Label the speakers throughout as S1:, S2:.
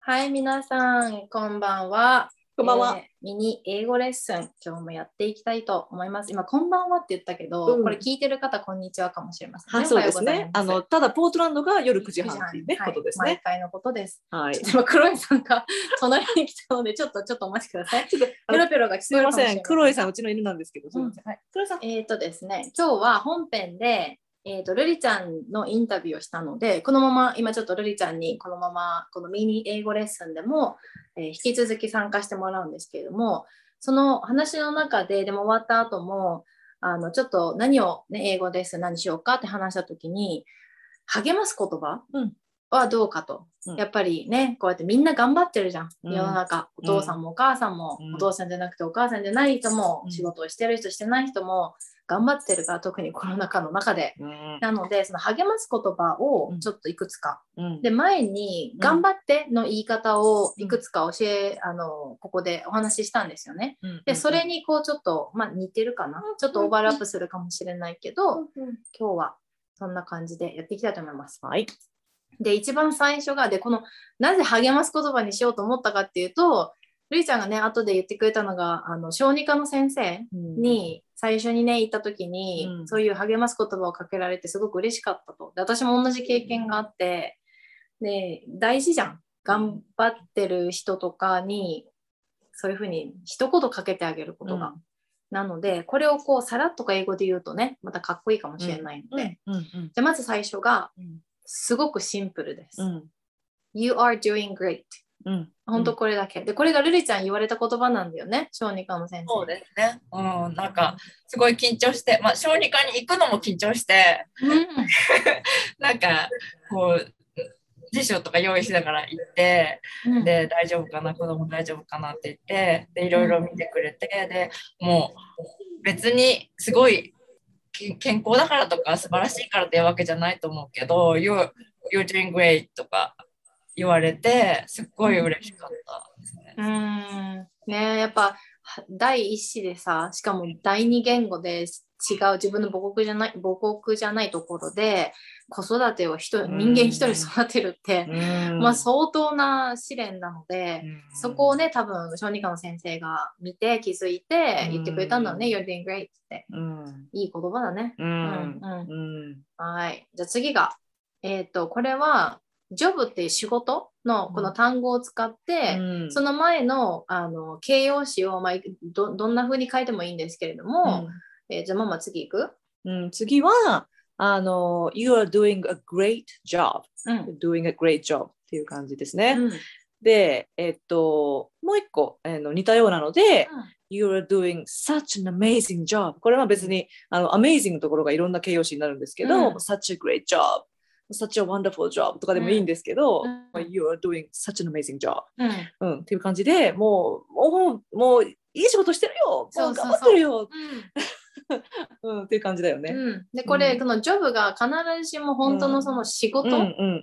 S1: はい、皆さん、こんばんは。
S2: こんばんは。
S1: えーミニ英語レッスン、今日もやっていきたいと思います。今、こんばんはって言ったけど、
S2: うん
S1: これ聞いてる方、こんにちはかもしれません、
S2: はい、そうですね。
S1: お
S2: あ
S1: はよ
S2: の、ただポートランドが夜
S1: う
S2: 9
S1: ござ
S2: 時
S1: います
S2: 半っていうね、
S1: はい
S2: ことですね
S1: 毎。回のことです。
S2: はい。
S1: ちょっと今、黒井さんが 隣に来たので、ちょっと、ちょっとお待ちください。
S2: ちょっとあ
S1: ペ
S2: の
S1: ロペロが聞
S2: す
S1: こえるか
S2: みま
S1: もしれ
S2: せ
S1: ませ
S2: ん。黒井さん、うちの犬なんですけど、すみません。
S1: うんはい
S2: 黒井さん。
S1: えっ、とですね、今日は本編で、えっ、と、ルリちゃんのインタビューをしたので、このまま、今ちょっとルリちゃんに、このまま、このミニ英語レッスンでも、えー引き続き参加してもらうんですけれども、その話の中で、でも終わった後も、あの、ちょっと何を、ね、英語レッスン何しようかって話した時に、励ます言葉
S2: うん
S1: はどうかと、
S2: うん
S1: やっぱりね、こうやってみんな頑張ってるじゃん。
S2: うん
S1: 世の中、お父さんもお母さんも、
S2: うん
S1: お父さんじゃなくてお母さんじゃない人も、
S2: うん
S1: 仕事をしてる人してない人も頑張ってるから、特にコロナ禍の中で。
S2: うん
S1: なので、その励ます言葉をちょっといくつか。
S2: うん
S1: で、前に、
S2: ん
S1: 頑張っての言い方をいくつか教え、あの、ここでお話ししたんですよね。で、それ、にこうちょっと、まあ似てるかな。ちょっとオーバーラップするかもしれないけど、今日はそんな感じでやっていきたいと思います。
S2: はい。
S1: で、一番最初が、で、この、なぜ励ます言葉にしようと思ったかっていうと、るいちゃんがね、後で言ってくれたのが、あの、小児科の先生
S2: に、
S1: に、最初にね、行った時に、
S2: うん
S1: そういう励ます言葉をかけられて、すごく嬉しかったと。で、私も同じ経験があって、で、大事じゃん。頑張ってる人とかに、そういうふうに一言かけてあげることが。
S2: うん
S1: なので、これをこう、さらっとか英語で言うとね、またかっこいいかもしれないので、
S2: うんうん
S1: じゃあまず最初が
S2: うん
S1: すごくシンプルです。
S2: うん
S1: You are doing great.
S2: うん。
S1: 本当これだけ。で、これがルリちゃん言われた言葉なんだよね、小児科の先生。
S3: そうですね。うん、なんかすごい緊張して、まあ小児科に行くのも緊張して、なんかこう辞書とか用意しながら行って、
S1: うん。うん、
S3: で大丈夫かな、子供大丈夫かなって言って、でいろいろ見てくれて、でもう別にすごいけ健康だからとか素晴らしいからっていうわけじゃないと思うけど、You're, you're doing great とか言われて、すっごい嬉しかったですね。
S1: うーんねえやっぱは第一子でさ、しかも第二言語で違う自分の母国じゃない母国じゃないところで子育てを人人間一人育てるって、まあ相当な試練なので、そこをね、多分小児科の先生が見て気づいて言ってくれたんだろうね、You're doing great って。
S2: うん。
S1: いい言葉だね。
S2: う。
S1: うんうん
S2: うん。
S1: はい。じゃあ次が、えっ、と、これは、ジョブっていう仕事のこの単語を使って、
S2: うん
S1: その前のあの形容詞を、まあ、どどんな風に書いてもいいんですけれども、えーじゃあママ次行く
S2: うんうん次は、あの、You are doing a great job.
S1: うん。
S2: doing a great job っていう感じですね。
S1: うん
S2: で、えっと、もう一個、あの似たようなので、You're doing such an amazing job. これは別に、あの、amazing のところがいろんな形容詞になるんですけど、
S1: うん
S2: such a great job, such a wonderful job とかでもいいんですけど、
S1: うん
S2: You're doing such an amazing job.
S1: うん
S2: うん、っていう感じでもう、もう、もう、いい仕事してるよも
S1: そう
S2: う
S1: そうそう
S2: 頑張ってるよ
S1: うん
S2: うん、っていう感じだよね。
S1: うん、でこれ、
S2: うん
S1: このジョブが必ずしも本当のその仕事、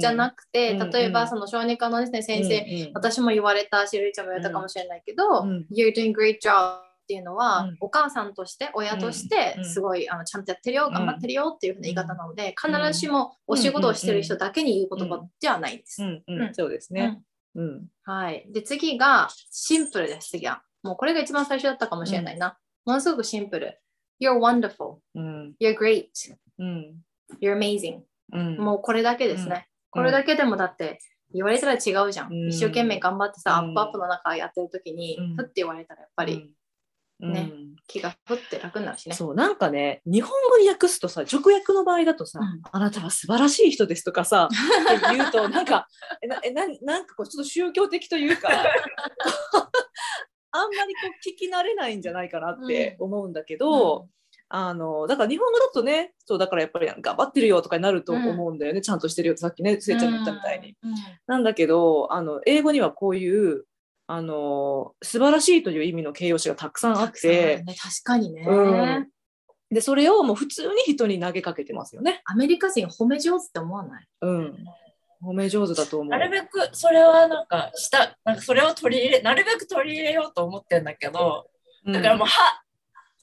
S1: じゃな
S2: く
S1: くて、
S2: うん
S1: 例え
S2: う
S1: ば
S2: ん
S1: その小児科のですね先生、
S2: 生
S1: 私も言われたしるいちゃんも言われたかもしれないけど、
S2: うん
S1: You're doing great job っていうのは、
S2: うん
S1: お母さんとして親とし
S2: う
S1: て
S2: ん
S1: すごい、あのちゃんとやってるよ
S2: ん
S1: 頑張ってるよっていうふうな言い方なので、
S2: ん
S1: 必ずしもお仕事をしてる人だけに言う言葉ではないです。
S2: うん、う、
S1: うんん
S2: そうですね。うん。
S1: はい、で次がシンプルです次はもうこれが一番最初だったかもしれないな、ものすごくシンプル You're wonderful
S2: うん。
S1: You're great
S2: うん。
S1: You're amazing
S2: うん。
S1: もうこれだけですね、
S2: うん
S1: これだけでもだって言われたら違うじゃん、
S2: うん
S1: 一生懸命頑張ってさ、
S2: うん
S1: アップアップの中やってる時に、
S2: うん
S1: ふって言われたらやっぱり
S2: うん
S1: ね気がふって楽になるしね、
S2: そうなんかね日本語に訳すとさ直訳の場合だとさ、
S1: うん
S2: あなたは素晴らしい人ですとかさって言うと なんかえなえななんかこうちょっと宗教的と いうかあんまりこう聞き慣れないんじゃないかなって思うんだけど、あのだから日本語だとねそうだからやっぱり頑張ってるよとかになると思うんだよね、ちゃんとしてるよってさっきねせいちゃんが言ったみたいに。
S1: うん、
S2: なんだけど、あの英語にはこういうあの素晴らしいという意味の形容詞がたくさんあ
S1: た
S2: っ
S1: くさんある
S2: て、
S1: ね確かにね、
S2: うんでそれをもう普通に人に投げかけてますよね。
S1: アメリカ人褒め上手って思わない
S2: うん、褒め上手だと思う。
S3: なるべくそれはなんかしたなんかそれを取り入れなるべく取り入れようと思ってんだけどだからもうは、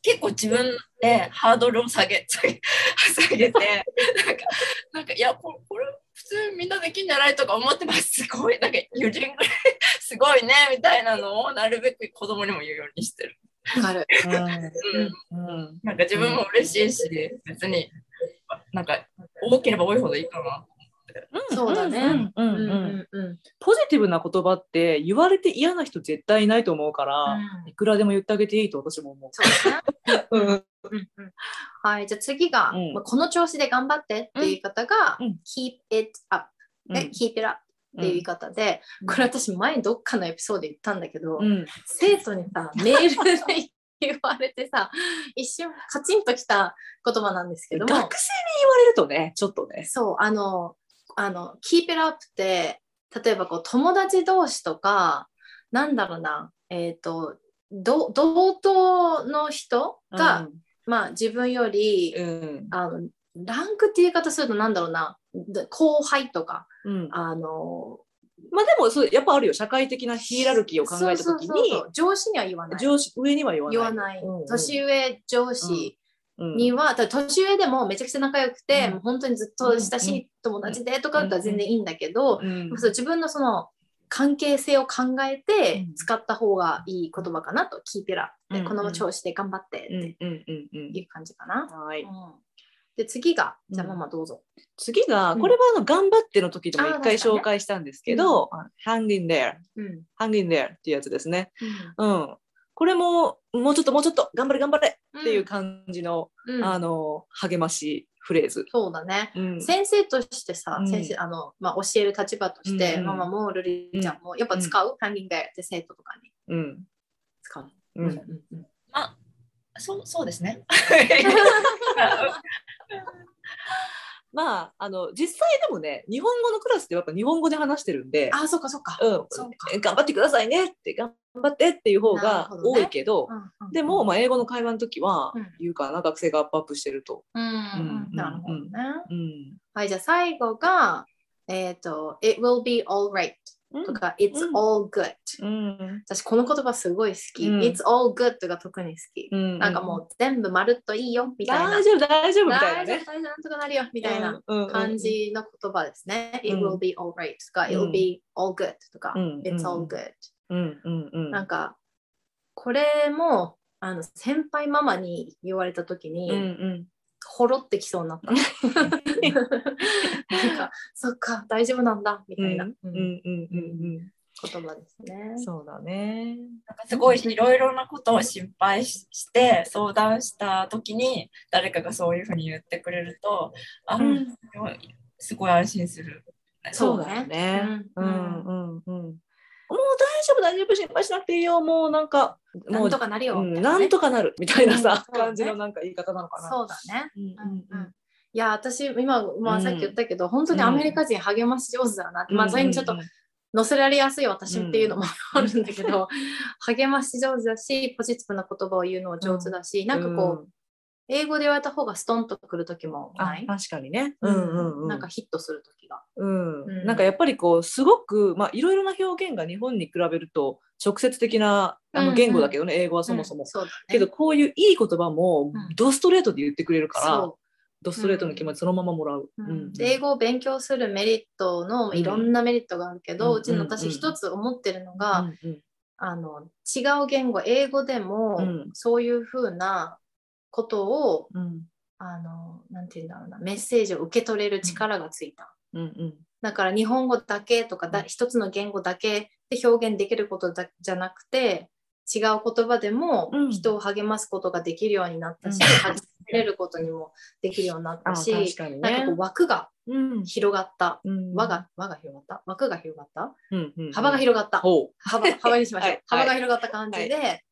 S3: 結構自分でハードルを下げ下げ下げてなんかなんかいやここれ普通通みんなできんじゃないとか思ってます。すごい、なんか友人ぐらい、すごいね、みたいなのをなるべく子供にも言うようにしてる。
S1: わかる。
S3: うん、
S2: うん
S3: なんか自分も嬉しいし、別に、なんか多ければ多いほどいいかな。
S1: そうだね。
S2: うん
S1: う
S2: うんん
S1: う
S2: うん
S1: んうん。
S2: ポジティブな言葉って言われて嫌な人絶対いないと思うから、いくらでも言ってあげていいと私も思
S1: そうだね。
S2: う。うん
S1: うんうんはい、じゃあ次が、
S2: うん
S1: まあこの調子で頑張ってっていう言い方が、
S2: うん
S1: keep it up、で keep it up っていう言い方で、これ私前どっかのエピソードで言ったんだけど、
S2: うん
S1: 生徒にさメールで言われてさ一瞬カチンときた言葉なんですけど
S2: 学生に言
S1: も
S2: われるとね、ちょっとね。
S1: そうあのあの keep it up って例えばこう友達同士とかなんだろうなえっ、と同同等の人が、まあ自分より、
S2: うん、
S1: あのランクって言い方するとなんだろうなで後輩とか
S2: うん、
S1: あの
S2: まあでもそうやっぱあるよ社会的なヒエラルキーを考えた
S1: そう
S2: 時
S1: そうそう
S2: に
S1: そう上司には言わない
S2: 上司上には言わない
S1: 言わない、
S2: うんうん
S1: 年上上司
S2: うん
S1: には、ただ年上でもめちゃくちゃ仲良くて、
S2: うん
S1: もう本当にずっと親しい友達でとかだったら全然いいんだけど、
S2: うん
S1: そう自分のその関係性を考えて
S2: うん
S1: 使った方がいい言葉かなと聞いてらって、
S2: うん
S1: この調子で頑張ってって
S2: うんうんうんうん
S1: いう感じかな。
S2: はい
S1: うんで次がじゃあ
S2: うん
S1: ママどうぞ。
S2: 次が
S1: うん
S2: これはあの頑張っての時でも
S1: あー
S2: 一回
S1: 確かにね
S2: 紹介したんですけど、hang in there
S1: うん
S2: hang in there っていうやつですね。うん。これももうちょっともうちょっと頑張れ頑張れっていう感じの、
S1: うん
S2: あの励ましフレーズ。
S1: そうだね。
S2: うん
S1: 先生としてさ、
S2: うん
S1: 先生あの、まあ、教える立場として、
S2: うん
S1: ママもルリちゃんもやっぱ使う、ハンギングベルって生徒とかに
S2: うん
S1: 使う。
S2: う
S1: うん
S2: ん
S1: うんう ん
S3: まあ、そう、そうですね。
S2: まああの実際でもね日本語のクラスってやっぱ日本語で話してるんで、
S1: あそっかそっか。
S2: うん
S1: そうか、
S2: 頑張ってくださいねって頑張ってっていう方
S1: なる
S2: が
S1: ほどね
S2: 多いけど
S1: うんうん
S2: でも、、まあ、英語の会話の時は
S1: うん
S2: 言うかな、学生がアップアップしてると。
S1: うん
S2: うん
S1: なるほどね。
S2: うん
S1: はい、じゃあ最後が、えっ、と、It will be alright とか、It's
S2: うん
S1: all good。
S2: うん
S1: 私この言葉すごい好き。
S2: うん
S1: It's all good が特に好き。
S2: うん
S1: なんかもう全部まるっといいよみたいな。
S2: 大丈夫大丈夫みたい
S1: 大
S2: な
S1: 丈
S2: ね
S1: 夫、。大丈夫、なんとかなるよみたいな。
S2: うん
S1: 感。じの言葉ですね。
S2: うん
S1: It will be alright とか、
S2: う
S1: It'll
S2: ん
S1: be all good とか、
S2: うん
S1: It's
S2: う
S1: all
S2: ん
S1: good。
S2: うんうんうん。
S1: なんか、これも、あの先輩ママに言われた時に、
S2: うん
S1: ほろってきそうにな った。 なんか、そっか、大丈夫なんだ、み
S2: う
S1: たい
S2: ん。
S1: な、
S2: うんう
S1: う
S2: ん
S1: ん
S2: うんうん
S1: 言葉ですね
S2: うん。。そうだね。
S3: すごいいろいろなことを心配しして相談した時に誰かがそういうふうに言ってくれるとあ、
S2: うん
S3: すごい安心する。
S1: そうね
S2: よね。う
S1: うん
S2: うんんうん。もう大丈夫大丈夫心配しなくていいよもうなんか
S1: な
S2: も
S1: ん
S2: う
S1: とかなるよ。
S2: うん
S1: みたい
S2: な
S1: ね
S2: んとかなるみたいなさ
S1: うんそうね
S2: 感じのなんか言い方なのかな。
S1: そうだね。
S2: うんうんうん。
S1: いや私今、ま
S2: う
S1: あ、
S2: ん
S1: さっき言ったけど、本当にアメリカ人励まし上手だなって、まあそれにちょっと
S2: うんうんうん
S1: 乗せられやすい私っていうのもあるんだけど、 励まし上手だしポジティブな言葉を言うのも上手だし、なんかこう、
S2: う
S1: 英語で言われた方がストンとくる時も
S2: あ
S1: ない、
S2: 確かにね。うんうんうん。
S1: なんかヒットする時が。
S2: うん
S1: うん
S2: なんかやっぱりこうすごくまあいろいろな表現が日本に比べると直接的な
S1: う
S2: あ
S1: んう
S2: の
S1: ん
S2: 言語だけどね、英語はそもそ
S1: う
S2: も。
S1: んそうだね、
S2: けどこういういい言葉も
S1: うん
S2: ドストレートで言ってくれるから、
S1: そ
S2: ドストレートの気持ちそのままもらう。
S1: う、
S2: うん
S1: うんで英語を勉強するメリットのいろんなメリットがあるけど、
S2: う
S1: うんちの私一つ思ってるのが、
S2: うんうん
S1: あの違う言語英語でも、
S2: うん
S1: そういうふうなことを
S2: うん
S1: あのなんて言うんだろうなメッセージを受け取れる力がついた。
S2: うんうん
S1: だから日本語だけとかだ一つの言語だけで表現できることだじゃなくて違う言葉でも
S2: うん
S1: 人を励ますことができるようになったし、
S2: うん
S1: 励めれることにもできるようになっ
S2: あ
S1: たし、
S2: 確かに
S1: なんか
S2: ね
S1: こう。枠が
S2: うん
S1: 広がった
S2: うん
S1: 輪が輪が広がった枠が広がった
S2: うんうん
S1: 幅が広がった、
S2: ほ
S1: 幅幅にしましょう、
S2: はい
S1: 幅が広がった感じで、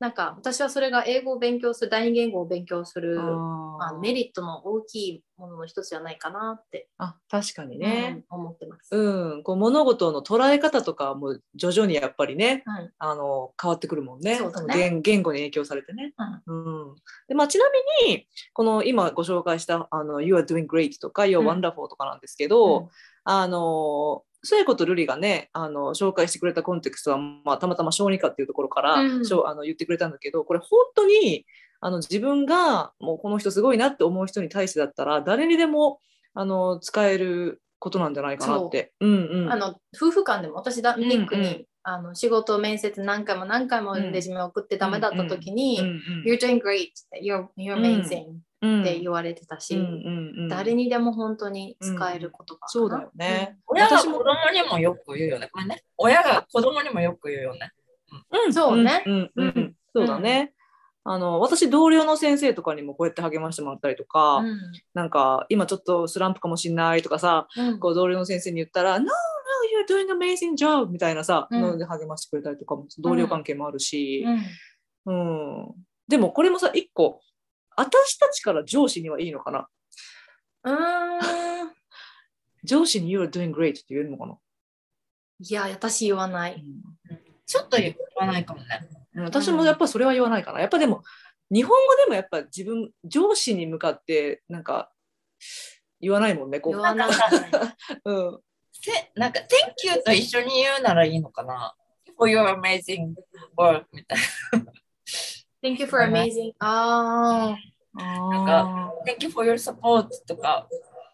S1: なんか私はそれが英語を勉強する第二言語を勉強す
S2: う
S1: る
S2: あ
S1: あのメリットの大きいものの一つじゃないかなって、
S2: あ確かにね。
S1: うん思ってます。
S2: うん、こう物事の捉え方とかも徐々にやっぱりね、
S1: うん
S2: あの変わってくるもんね
S1: そうだね
S2: の言言語に影響されてね。うんでまあ、ちなみにこの今ご紹介したあの「You are doing great」とか「You're
S1: うん
S2: wonderful」とかなんですけど、あの聖子と瑠璃がねあの紹介してくれたコンテクストは、まあ、たまたま小児科っていうところから、
S1: うん
S2: しょあの言ってくれたんだけどこれ本当にあの自分がもうこの人すごいなって思う人に対してだったら誰にでもあの使えることなんじゃないかなって。うんうん。
S1: あの夫婦間でも私だニックに、
S2: うんうん
S1: あの仕事面接何回も何回もレジュメ送ってダメだった時に「
S2: うん
S1: You're doing great」って「You're, you're
S2: うん
S1: amazing」
S2: うん、
S1: って言われてたし、
S2: うんうんうん、
S1: 誰にでも本当に使える言葉かな、
S2: そうだよね。
S3: 親が
S2: 私
S3: 子
S2: も
S3: 供にもよく言うよね。これね。親が子供にもよく言うよね。
S2: うん
S1: そうね
S2: うんうん
S1: うん
S2: そうだね。あの私同僚の先生とかにもこうやって励ましてもらったりとか、
S1: うん。
S2: なんか今ちょっとスランプかもしんないとかさ
S1: うん
S2: こう同僚の先生に言ったら「No, no, you're doing amazing job」みたいなさ、
S1: うん
S2: ので励ましてくれたりとかも同僚関係もあるし、
S1: うん
S2: うんでもこれもさ一個私たちから上司にはいいのかな
S1: うーん
S2: 上司に「You're doing great」って言えるのかな、
S1: いや私言わない。
S3: ちょっと言わないかもね。
S2: うん私もやっぱそれは言わないかな。やっぱでも、日本語でもやっぱ自分、上司に向かって、なんか、言わないもんね、こ
S1: 言
S2: う。
S1: わない。
S2: うん、
S3: せなんか、Thank you と一緒に言うならいいのかな。For your amazing work みたい
S1: Thank you for amazing. あ
S3: なん
S2: あ
S3: かな。Thank you for your support とか、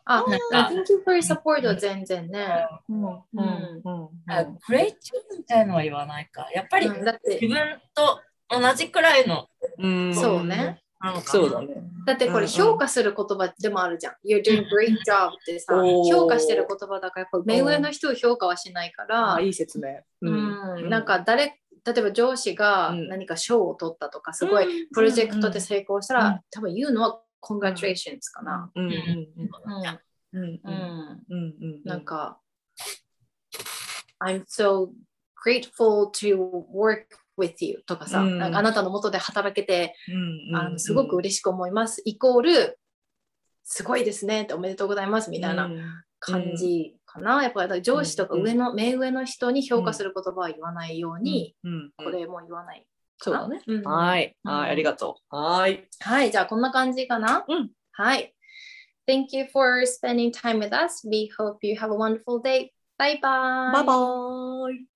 S1: あ。あ、
S3: なんか
S1: Thank you for your support は全然ね。
S2: うんうんうん
S1: うん
S3: あ Great みたいのは言わないか。やっぱり
S1: うんだっ
S3: 自
S1: て、
S3: 分と同じくらいの
S2: うん
S1: そうね。
S3: なのかな。
S2: そうだね。
S1: だってこれ評価する言葉でもあるじゃん。You're doing great job ってさ、
S2: おー
S1: 評価してる言葉だから、やっぱ目上の人を評価はしないか
S2: あ
S1: ら、
S2: いい説明。
S1: うんなんか誰、例えば上司が
S2: うん
S1: 何か賞を取ったとか、すごい
S2: い
S1: プロジェクトで成功したら、
S2: うん
S1: 多分言うのは Congratulations かな。
S2: うんう
S1: う
S2: んうん
S1: ん。
S2: うんうんうん
S1: なんか、I'm so grateful to work with you とかさ、
S2: うん
S1: なんかあなたの元で働けて、
S2: うんうん
S1: あのすごく嬉しく思います、イコールすごいですねっておめでとうございますみたいな感じかな、やっぱり上司とか上の、目上の人に評価する言葉は言わないように、
S2: うんうん
S1: これも言わない
S2: そうだね。
S1: うん
S2: はいはいありがとう。はい。
S1: はいじゃあこんな感じかな、
S2: うん
S1: はい Thank you for spending time with us. We hope you have a wonderful day. Bye bye.
S2: バイバイ。